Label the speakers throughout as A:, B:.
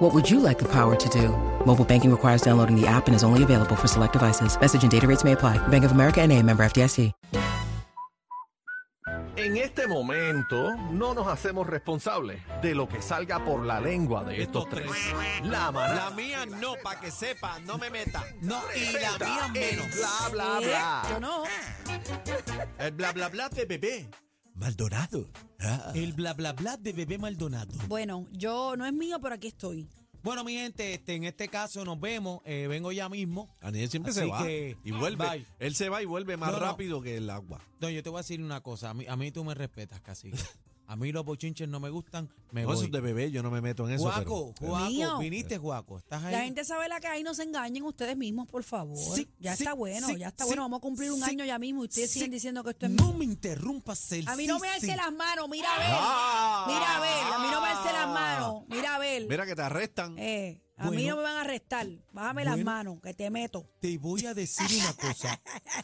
A: What would you like the power to do? Mobile banking requires downloading the app and is only available for select devices. Message and data rates may apply. Bank of America and a member FDIC.
B: En este momento no nos hacemos responsables de lo que salga por la lengua de estos tres. La manada.
C: La mía no, para que sepa, no me meta. No, y la
B: presenta
C: mía
B: el
C: menos.
B: Bla, bla,
D: ¿Eh? Yo
B: bla.
D: no.
C: El bla bla bla de bebé Maldonado. El bla bla bla de bebé Maldonado.
D: Bueno, yo no es mío, pero aquí estoy.
E: Bueno, mi gente, este, en este caso nos vemos. eh, vengo ya mismo.
C: Aniel siempre
E: Así
C: se va
E: que,
C: y vuelve.
E: bye.
C: Él se va y vuelve más
E: No, no.
C: rápido que el agua.
E: No, yo te voy a decir una cosa. A mí, a mí tú me respetas, casi. A mí los bochinches no me gustan. Me
C: No, eso
E: voy.
C: es de bebé, yo no me meto en eso.
E: Juaco,
C: pero-
E: Juaco,
D: Mío.
E: viniste, Juaco. Estás ahí.
D: La gente sabe la que hay, no se engañen ustedes mismos, por favor.
E: Sí,
D: ya
E: sí,
D: está bueno,
E: sí,
D: ya está
E: sí,
D: bueno. Vamos a cumplir un
E: sí,
D: año ya mismo y ustedes
E: sí.
D: siguen diciendo que esto es
E: No
D: mío.
E: me interrumpas el
D: A mí no
E: sí,
D: me alce
E: sí. Ah.
D: las manos, mira a ver. Mira a ver, a mí no me alce las manos, mira a ver.
C: Mira que te arrestan.
D: Eh, a mí
E: Bueno.
D: no me van a arrestar. Bájame las
E: Bueno.
D: manos, que te meto.
E: Te voy a decir una cosa.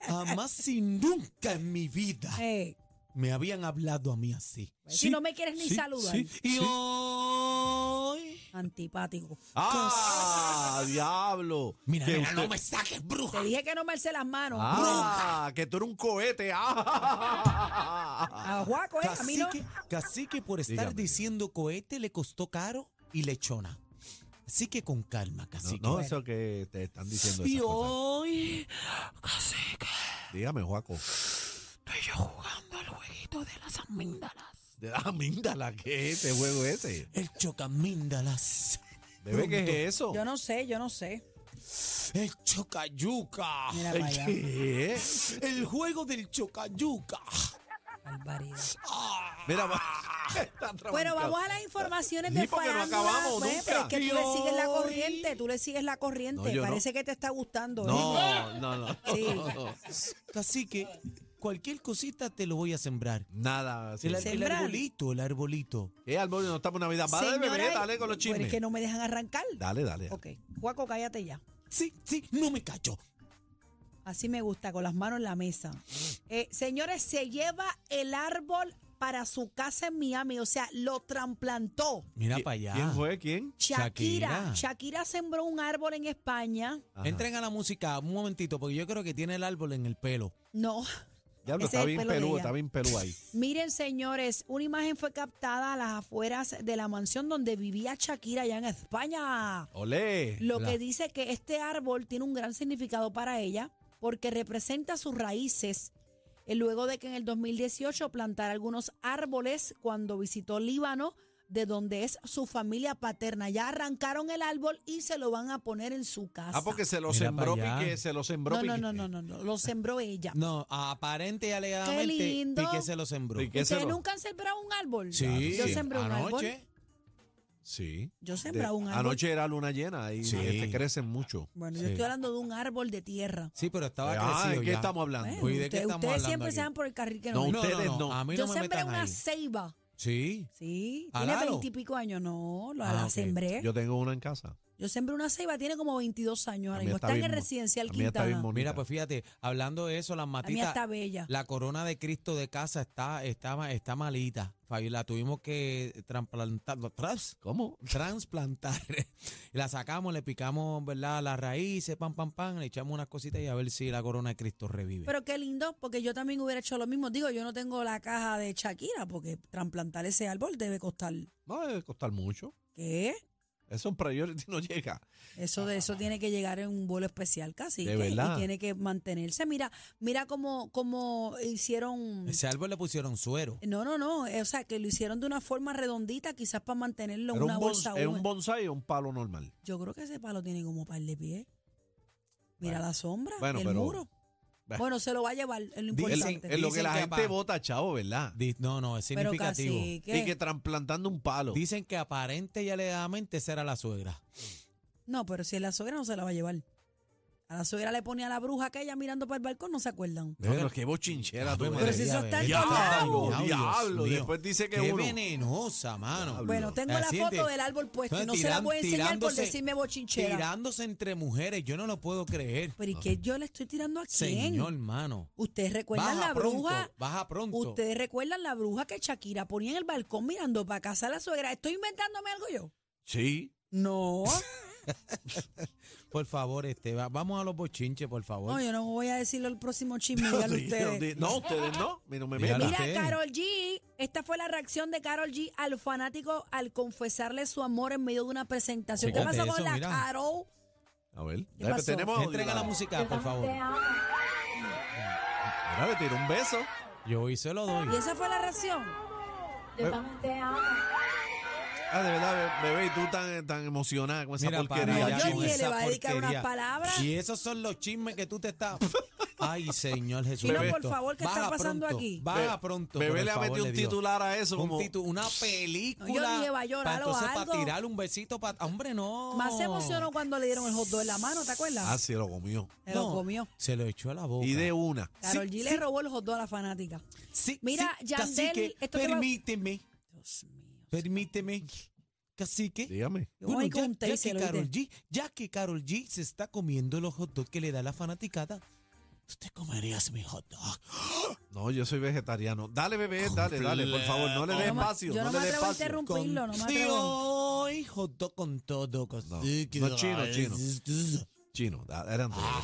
E: Jamás y nunca en mi vida
D: Eh,
E: me habían hablado a mí así.
D: si no me quieres ni saludar.
E: sí. Y hoy...
D: Antipático.
C: ¡Ah! ¡Diablo!
E: Mira,
C: que
E: mira,
C: usted-
E: no me saques, bruja.
D: Te dije que no me alce las manos.
C: ¡Ah! Que tú eres un cohete. ¡Ah!
D: A Juaco, eh, a mí no.
E: Cacique, cacique por estar
C: Dígame.
E: diciendo cohete le costó caro y lechona. Así que con calma,
C: No,
E: cacique.
C: no, eso que te están diciendo.
E: y
C: esas cosas.
E: hoy, cacique,
C: Dígame, Juaco.
E: estoy yo jugando al jueguito de las amíndalas.
C: De la amígdala, ¿qué es este juego ese?
E: El chocamíndalas.
C: Bebé, ¿qué
E: Pronto.
C: es eso?
D: Yo no sé, yo no sé.
E: El chocayuca.
D: Mira
C: ¿El
D: para allá.
C: qué es?
E: El juego del chocayuca.
D: Barbaridad.
C: Mira, va- está
D: Bueno,
C: trabancado.
D: vamos a las informaciones
C: Sí,
D: de
C: porque no
D: farándula.
C: acabamos
D: pues,
C: nunca.
D: pero es que tú le sigues la
E: Dios.
D: corriente, tú le sigues la
C: No,
D: corriente.
C: yo no.
D: Parece que te está gustando. ¿eh?
C: No, no, no.
D: Sí.
E: Cacique, cualquier cosita te lo voy a sembrar.
C: Nada. sí.
E: El, ar- el
D: Sembrar.
E: arbolito, el arbolito.
C: ¿Qué árbol? No estamos en Navidad. Va de
D: Señora,
C: bebé, dale con los
D: pero es
C: chismes.
D: que no me dejan arrancar.
C: Dale, dale.
D: Ok, Juaco, cállate ya.
E: Sí, sí, no me callo.
D: Así me gusta, con las manos en la mesa. Eh, señores, se lleva el árbol para su casa en Miami, o sea, lo trasplantó.
E: Mira
C: ¿Qui-
E: para allá.
C: ¿Quién fue? ¿Quién?
D: Shakira.
E: Shakira.
D: Shakira sembró un árbol en España.
C: Ajá.
E: Entren a la música un momentito, porque yo creo que tiene el árbol en el pelo.
D: No.
C: Diablo,
D: Ese
C: está
D: es el
C: bien
D: pelo de
C: Perú,
D: ella.
C: está bien Perú ahí.
D: Miren, señores, una imagen fue captada a las afueras de la mansión donde vivía Shakira allá en España.
C: Olé.
D: Lo
C: La-
D: que dice que este árbol tiene un gran significado para ella porque representa sus raíces. eh, Luego de que en el 2018 plantara algunos árboles cuando visitó Líbano, de donde es su familia paterna. Ya arrancaron el árbol y se lo van a poner en su casa.
C: Ah, porque se lo
E: Mira
C: sembró
E: para allá.
C: Piqué, se lo sembró
D: no, no,
C: Piqué.
D: no, no, no, no, lo sembró ella.
E: No, aparente y
D: Qué
E: alegadamente
D: lindo.
E: Piqué se lo sembró.
C: Piqué se
D: ¿Ustedes
C: lo-
D: nunca han sembrado un árbol?
E: Sí,
D: Yo
C: sí.
D: sembré un árbol.
E: anoche.
C: Sí.
D: Yo
C: De-
D: sembraba un árbol.
C: Anoche era luna llena y
E: Sí.
C: este, crecen mucho.
D: Bueno, yo
E: Sí.
D: estoy hablando de un árbol de tierra.
E: Sí, pero estaba
C: Ah,
E: crecido
C: ¿de qué
E: ya.
C: estamos hablando?
D: Bueno,
E: Uy, ¿de qué
D: ustedes
E: estamos
D: ustedes
E: hablando
D: siempre se
E: aquí?
D: van por el carril que
C: No,
D: no. es.
E: No,
C: ustedes
E: no, no,
C: no.
E: a mí
D: yo
E: no me
D: sembré
E: metan
D: una
E: ahí.
D: ceiba.
E: Sí.
D: Sí, tiene
E: Alalo.
D: veintipico años. No, la,
E: Ah,
D: la
E: ok.
D: sembré. Yo,
C: Yo tengo una en casa.
D: sembré una ceiba, tiene como 22 años
C: La mía
D: ahora mismo.
C: está
D: Está, en
C: bien
D: el
C: mo-
D: residencial
C: la mía está bien
D: Quintana.
C: bonita.
E: Mira, pues fíjate, hablando de eso, las
D: La mía
E: matitas,
D: está bella.
E: la corona de Cristo de casa está, está, ma- está malita. Fabi, La tuvimos que trasplantar. tras-
C: ¿Cómo?
E: Transplantar. la sacamos, le picamos, ¿verdad? Las raíces, pam, pam, pam, le echamos unas cositas y a ver si la corona de Cristo revive.
D: Pero qué lindo, porque yo también hubiera hecho lo mismo. Digo, yo no tengo la caja de Shakira, porque trasplantar ese árbol debe costar.
C: No debe costar mucho.
D: ¿Qué?
C: Eso en priority no llega.
D: Eso de eso tiene que llegar en un vuelo especial casi.
C: De
D: que-
C: verdad.
D: Y tiene que mantenerse. Mira, mira cómo, cómo hicieron.
E: Ese árbol le pusieron suero.
D: No, no, no. eh, O sea, que lo hicieron de una forma redondita, quizás para mantenerlo en
C: Era
D: una
C: un,
D: bolsa.
C: bonsai, era
D: húmeda.
C: un bonsai o un palo normal.
D: Yo creo que ese palo tiene como par de pies. Mira
C: Bueno.
D: la sombra,
C: Bueno,
D: el
C: pero-
D: muro.
C: Bah.
D: Bueno, se lo va a llevar, es lo
E: Dicen-
D: importante.
C: Es lo que
E: Dicen
C: la
E: que
C: gente
E: apa-
C: vota, chavo, ¿verdad?
E: Di- No, no, es
D: pero
E: significativo.
D: casi
C: Y que
D: que...
C: trasplantando un palo.
E: Dicen que aparente y alegadamente será la suegra.
D: No, pero si es la sogra no se la va a llevar. A la suegra le ponía la bruja aquella mirando para el balcón, no se acuerdan.
C: Pero qué bochinchera tú.
E: Ave
C: eres.
D: Pero si
E: María,
D: eso está en
E: bebé.
D: todos lados.
C: Diablo,
E: Diablo,
C: diablo.
E: Dios
C: Después
E: mío.
C: dice que
E: Qué
C: uno.
E: venenosa, mano.
D: Bueno, tengo la
E: Así es
D: foto
E: de-
D: del árbol puesto y no
E: Ah, Entonces,
D: se la
E: tiran-
D: voy a enseñar por
E: tirándose-
D: decirme bochinchera.
E: Tirándose entre mujeres, yo no lo puedo creer.
D: Pero ¿y qué yo le estoy tirando a quién?
E: Señor, mano.
D: Ustedes recuerdan
E: baja
D: la
E: pronto,
D: bruja.
E: baja pronto.
D: Ustedes recuerdan la bruja que Shakira ponía en el balcón mirando para casa a la suegra. ¿Estoy inventándome algo yo?
B: Sí.
D: No.
E: Por favor, este, va- vamos a los bochinches, por favor.
D: No, yo no voy a decirlo el próximo chisme. díganlo ustedes.
B: No, ustedes no. Mira, no me
E: Mira,
B: metan.
D: Mira,
E: ustedes.
D: Carol G, esta fue la reacción de Carol G a los fanáticos al confesarle su amor en medio de una presentación. ¿Qué
E: Fíjate
D: pasó con
E: eso,
D: la
E: mira.
D: Carol?
B: A ver.
D: ¿Qué
B: Dale, pues,
D: pasó?
B: Tenemos
E: Entrega la música, por favor.
B: Mira, me tiró un beso.
E: Yo hoy se lo doy.
D: Y esa fue la reacción.
B: Ah, de verdad, be- bebé, y tú tan, tan emocionada con esa
E: Mira,
B: porquería.
E: para allá
D: No, yo
E: con
D: dije,
E: esa
D: le va a dedicar unas
E: porquería.
D: palabras.
E: Y esos son los chismes que tú te estás. Ay, señor Jesús.
D: Chino, por favor, ¿qué está pasando aquí?
E: Baja Ah, pronto. por
B: Bebé
E: el
B: le ha
E: favor
B: metido
E: de
B: un
E: Dios.
B: titular a eso.
E: Un
B: como,
E: titu- una película.
D: Yo dije, va a llorar
E: pa'
D: o
E: entonces,
D: algo.
E: para tirar un besito. para Hombre, no.
D: Más se emocionó cuando le dieron el hot dog en la mano, ¿te
B: Ah,
D: acuerdas?
B: se lo comió.
D: Se lo
E: No,
D: comió.
E: Se lo echó a la boca.
B: Y de una.
D: Carol
E: Sí,
D: G le robó el hot dog a la fanática.
E: Sí,
D: Mira,
E: sí,
D: Yandel,
E: cacique,
D: esto te va-
E: permíteme,
D: Dios mío.
E: permíteme. Cacique.
B: Dígame.
D: Yo voy con
E: ya,
D: un té
E: ya
D: y se
E: que
D: lo
E: Carol
D: iré.
E: G, ya que Carol G se está comiendo los hot dogs que le da la fanaticada, tú te comerías mi hot dog.
B: No, yo soy vegetariano. Dale, bebé, dale, dale. Por favor, no le des
D: Yo no
E: oh,
D: me-
B: espacio.
D: yo no
B: le
D: me
B: des
D: atrevo a
B: espacio.
D: interrumpir. Rompirlo, no me atrevo.
E: Hoy hot dog con todo, cacique.
B: no, chino, chino.
E: chino.
B: Chino, da- adelante.
E: Ah.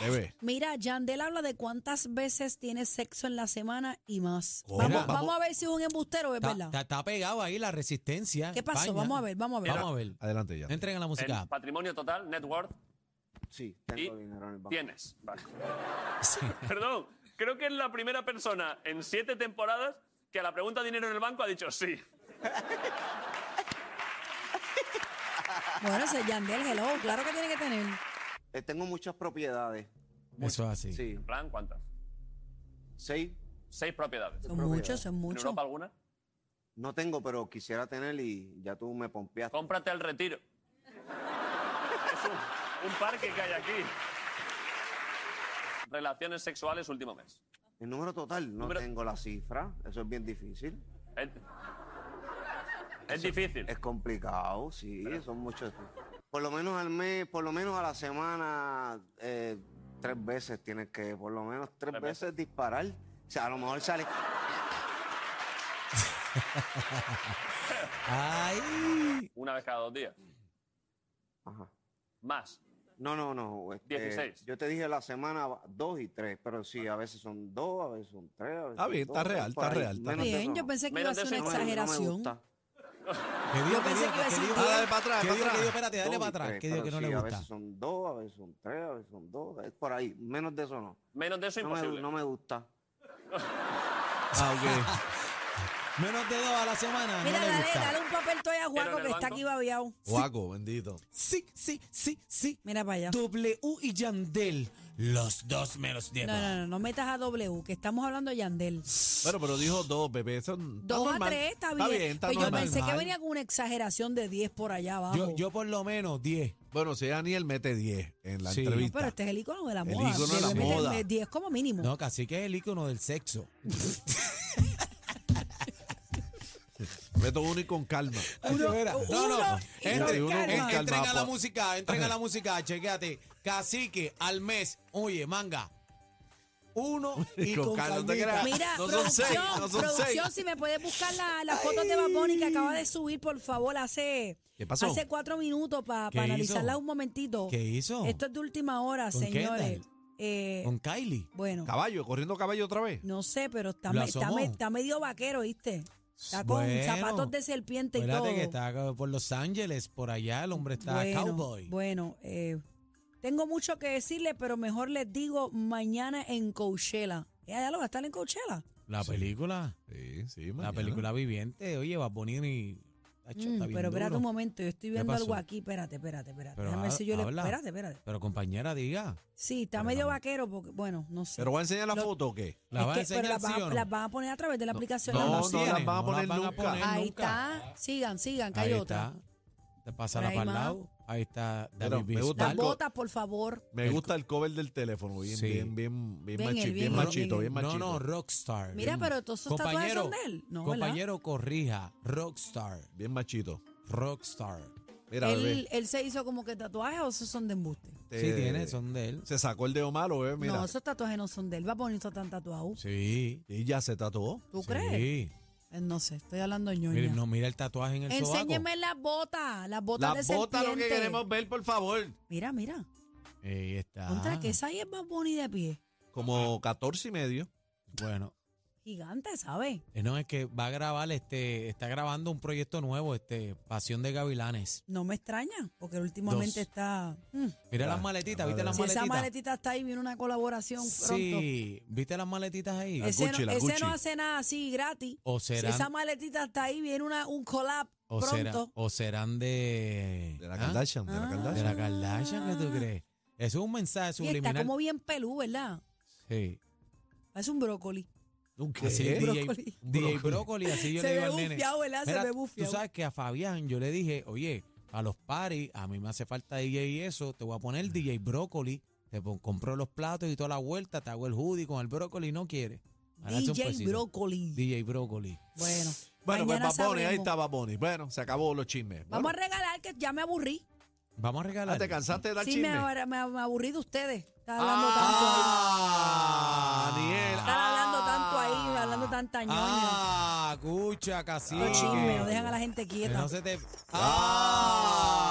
B: bebé. Bebé.
D: Mira, Yandel habla de cuántas veces tiene sexo en la semana y más.
B: Oh,
D: vamos,
E: mira,
D: vamos
B: vamos.
D: a ver si es un embustero, o es
E: Está,
D: verdad.
E: está- está pegado ahí la resistencia.
D: ¿Qué pasó?
E: España.
D: Vamos a ver, vamos a ver.
E: Vamos a ver.
B: Adelante ya.
E: Entrega la música.
F: El patrimonio total, net worth,
G: Sí,
F: Y
G: tengo dinero en el banco.
F: tienes. Vale. Perdón, creo que es la primera persona en siete temporadas que a la pregunta dinero en el banco ha dicho sí.
D: Bueno, ese Yandel, hello, claro que tiene que tener.
G: Eh, tengo muchas propiedades.
E: Eso es así.
G: Sí,
F: En plan, ¿cuántas?
G: seis.
F: Seis propiedades.
D: Son
G: Propiedad.
D: muchos, son
F: ¿En
D: muchos.
F: Europa alguna?
G: No tengo, pero quisiera tener y ya tú me pompeaste.
F: Cómprate el retiro. Es un, un parque que hay aquí. Relaciones sexuales último mes.
G: El número total, no
F: Número-
G: tengo la cifra. Eso es bien difícil.
F: Es, es difícil.
G: Es complicado, sí, son muchos. Por lo menos al mes, por lo menos a la semana, eh, tres veces tienes que, por lo menos tres,
F: Tres
G: veces disparar. O sea, a lo mejor sale.
E: Ay.
F: Una vez cada dos días.
G: Ajá.
F: Más.
G: No, no, no. este,
F: 16.
G: Yo te dije la semana dos y tres, pero sí, a veces son dos, a veces son tres. A veces
B: Está bien,
G: son
B: está
G: dos,
B: real,
G: por
B: está
G: ahí,
B: real, está
G: menos de
D: Bien,
G: eso
D: yo
G: no.
D: pensé que iba a
F: Menos
D: ser
F: de
D: una
F: eso
G: No me- no me
D: exageración.
G: gusta.
E: ¿Qué digo,
D: Yo pensé que iba a decir
E: digo?
D: que-
B: Ah, dale para atrás,
E: ¿Qué
B: para
E: ¿eh? digo, qué
B: atrás.
E: digo? espérate, dale
G: Dos
E: para
G: y
E: atrás.
G: tres,
E: ¿Qué digo
G: pero
E: que no
G: sí,
E: le
G: A
E: gusta?
G: veces son dos, a veces son tres, a veces son dos. Es por ahí. Menos de eso no.
F: Menos de eso,
G: No me,
F: imposible.
G: no me gusta.
B: Ah,
E: Menos de dos a la semana.
D: Mira,
E: no le
D: dale,
E: gusta.
D: dale un papel toalla a
F: ¿Vieron
D: Juaco
F: el
D: que está
F: banco?
D: aquí babiado.
B: ok. Guaco, bendito.
E: Sí, sí, sí, sí.
D: Mira para allá.
E: W y Yandel. Los dos me los llevo.
D: No, no, no, no metas a W, que estamos hablando de Yandel.
B: Bueno, pero dijo dos, bebé. Eso está
D: Dos a
B: normal.
D: tres, está bien.
B: Está bien, está
D: Pero yo
B: normal.
D: pensé que
E: Normal.
D: venía con una exageración de 10 por allá abajo.
E: Yo, yo por lo menos 10.
B: Bueno, si Daniel mete 10 en la
E: Sí. No,
D: no,
B: entrevista.
D: pero este es el icono de la
B: El
D: moda.
B: ícono de la
D: Debe meterme
B: moda.
D: 10 como mínimo.
E: No, casi que es el ícono del sexo.
B: Meto uno y con calma.
E: Uno, no, no.
D: uno y
E: Entre-
B: con calma.
E: en- entren a la
B: Calma, po.
E: música, entren a la música, chequéate. Cacique al mes. Oye, manga. Uno y
B: Con
E: con,
B: calma, no te
E: calmita.
B: creas.
D: Mira,
B: No son
D: producción,
B: seis, no son
D: producción,
B: seis.
D: si me puedes buscar la- las fotos de Baboni que acaba de subir, por favor, hace,
B: ¿Qué pasó?
D: hace cuatro minutos para
E: ¿Qué hizo?
D: analizarla un momentito.
E: ¿Qué hizo?
D: Esto es de última hora,
E: ¿Con
D: señores.
E: Kendall?
D: Eh,
E: Con Kylie.
D: bueno,
B: Caballo, corriendo caballo otra vez.
D: no sé, pero está,
E: Lo
D: me- está,
E: asomó.
D: me- está medio vaquero, ¿viste? Está con
E: Bueno.
D: zapatos de serpiente y todo.
E: Espérate que está por Los Ángeles, por allá el hombre está
D: bueno,
E: Ah, cowboy.
D: bueno eh, tengo mucho que decirle, pero mejor les digo mañana en Coachella. Ya, ya lo va a estar en Coachella.
E: La película,
B: Sí, sí,
E: la
B: mañana.
E: película viviente, oye, va Bonini. tacho,
D: Mm,
E: está bien
D: pero espérate
E: duro.
D: un momento, yo estoy viendo algo
E: pasó?
D: aquí. Espérate, espérate, espérate.
E: Pero
D: Déjame ver si
E: ha-
D: yo le.
E: habla.
D: Espérate, espérate.
E: Pero compañera, diga.
D: Sí, está medio vaquero porque, bueno, no sé.
B: ¿Pero va a enseñar la
D: Lo-
B: foto o qué?
E: ¿La
D: Es
E: vas a
D: que- pero
E: enseñar
D: las van,
E: sí o no?
D: las van a poner a través de la aplicación.
B: no,
D: la
B: no
D: música.
B: las
E: tienen,
B: van a poner
E: las
B: nunca.
D: Ahí
E: nunca.
D: está. Sigan, sigan, que
E: Ahí
D: hay
E: está.
D: otra.
E: Te pasa
D: Por
E: la
D: ahí
E: para el
D: más.
E: lado.
C: Ahí está
B: Mira,
C: David
B: me
C: Bisbal.
B: gusta
D: Las
B: el co-
D: botas, por favor.
B: Me
C: El
B: gusta el cover del teléfono, bien,
C: Sí.
B: bien, bien, bien,
D: Bien,
B: machi-
D: el
B: bien
D: bien,
B: machito,
D: bien,
B: bien machito.
C: No, no, Rockstar.
D: Mira, pero todos esos tatuajes son de él. No, ¿verdad?
C: compañero, corrija. Rockstar.
B: Bien machito.
C: Rockstar.
B: Mira,
D: él,
B: bebé,
D: él se hizo como que tatuajes o esos son de embuste.
B: te-
C: sí, tiene, son de él.
B: Se sacó el dedo malo,
E: Pues
B: bebé, mira.
D: No, esos tatuajes no son de él. Va bonito tan tatuado.
C: Sí.
B: Y ya se tatuó.
D: ¿Tú
C: sí.
D: crees? Eh, No sé, estoy hablando ñoña.
C: Mire, no, mira el tatuaje en el
D: Enséñeme las botas, las botas
B: Las
D: de
B: botas lo
D: serpiente.
B: que queremos ver, por favor.
D: Mira, mira.
C: sobaco. Ahí está.
D: Contra que esa ahí es más bonita de pie.
B: Como 14 y medio.
C: Bueno,
D: Gigante, ¿sabes?
C: eh, no, es que va a grabar, este, está grabando un proyecto nuevo, este, Pasión de Gavilanes.
D: No me extraña, porque últimamente
C: Dos.
D: está... Mm.
C: Mira
B: Ah,
C: las maletitas,
B: la
C: ¿viste las
D: Si esa
C: maletitas?
D: maletita está ahí, viene una colaboración pronto.
C: Sí, ¿viste las maletitas ahí?
D: Ese,
B: Gucci,
D: no,
B: la
D: ese
B: Gucci.
D: no hace nada así gratis.
C: O
D: Si
C: serán,
D: esa maletita está ahí, viene una, un collab
C: o, será-
D: pronto.
C: o serán de...
B: De la
C: ¿Ah?
B: Kardashian, de la
D: Ah.
C: De la
B: Kardashian.
C: Kardashian, ¿qué tú crees? Eso es un mensaje
D: Y está
C: subliminal.
D: como bien pelú, ¿verdad?
C: Sí.
D: Es un brócoli.
B: ¿Un qué?
C: Así
D: bro-
C: DJ,
D: Brócoli.
C: DJ Brócoli, así yo
D: Se
C: le digo
D: ve
C: al nene.
D: bufiado, ¿verdad? Se
C: Mira,
D: ve bufiado.
C: Tú sabes que a Fabián yo le dije, oye, a los paris, a mí me hace falta DJ y eso, te voy a poner DJ Brócoli, te pon- compro los platos y toda la vuelta, te hago el hoodie con el brócoli, no quiere. Ganaste un
D: DJ
C: pesito.
D: Brócoli.
C: DJ Brócoli.
D: Bueno,
B: Bueno, pues
D: mañana
B: Bad Bunny, ahí
D: sabremos.
B: está Bad Bunny. Bueno, se acabó los chismes.
D: Vamos a
B: Bueno,
D: regalar, que ya me aburrí.
C: Vamos a
B: ah,
C: regalar.
B: ¿Te cansaste de dar
D: Sí, me,
B: chisme?
D: abra- me, me aburrí de ustedes. Están hablando
B: Ah,
C: tanto ahí.
B: Daniel.
D: tanto ahí. Están hablando tanto ahí, hablando tanta ñoña.
B: Ah.
C: Ah, escucha, casi.
D: Los chismes, dejan a la gente
C: Que
D: quieta.
C: no se te.
B: ah,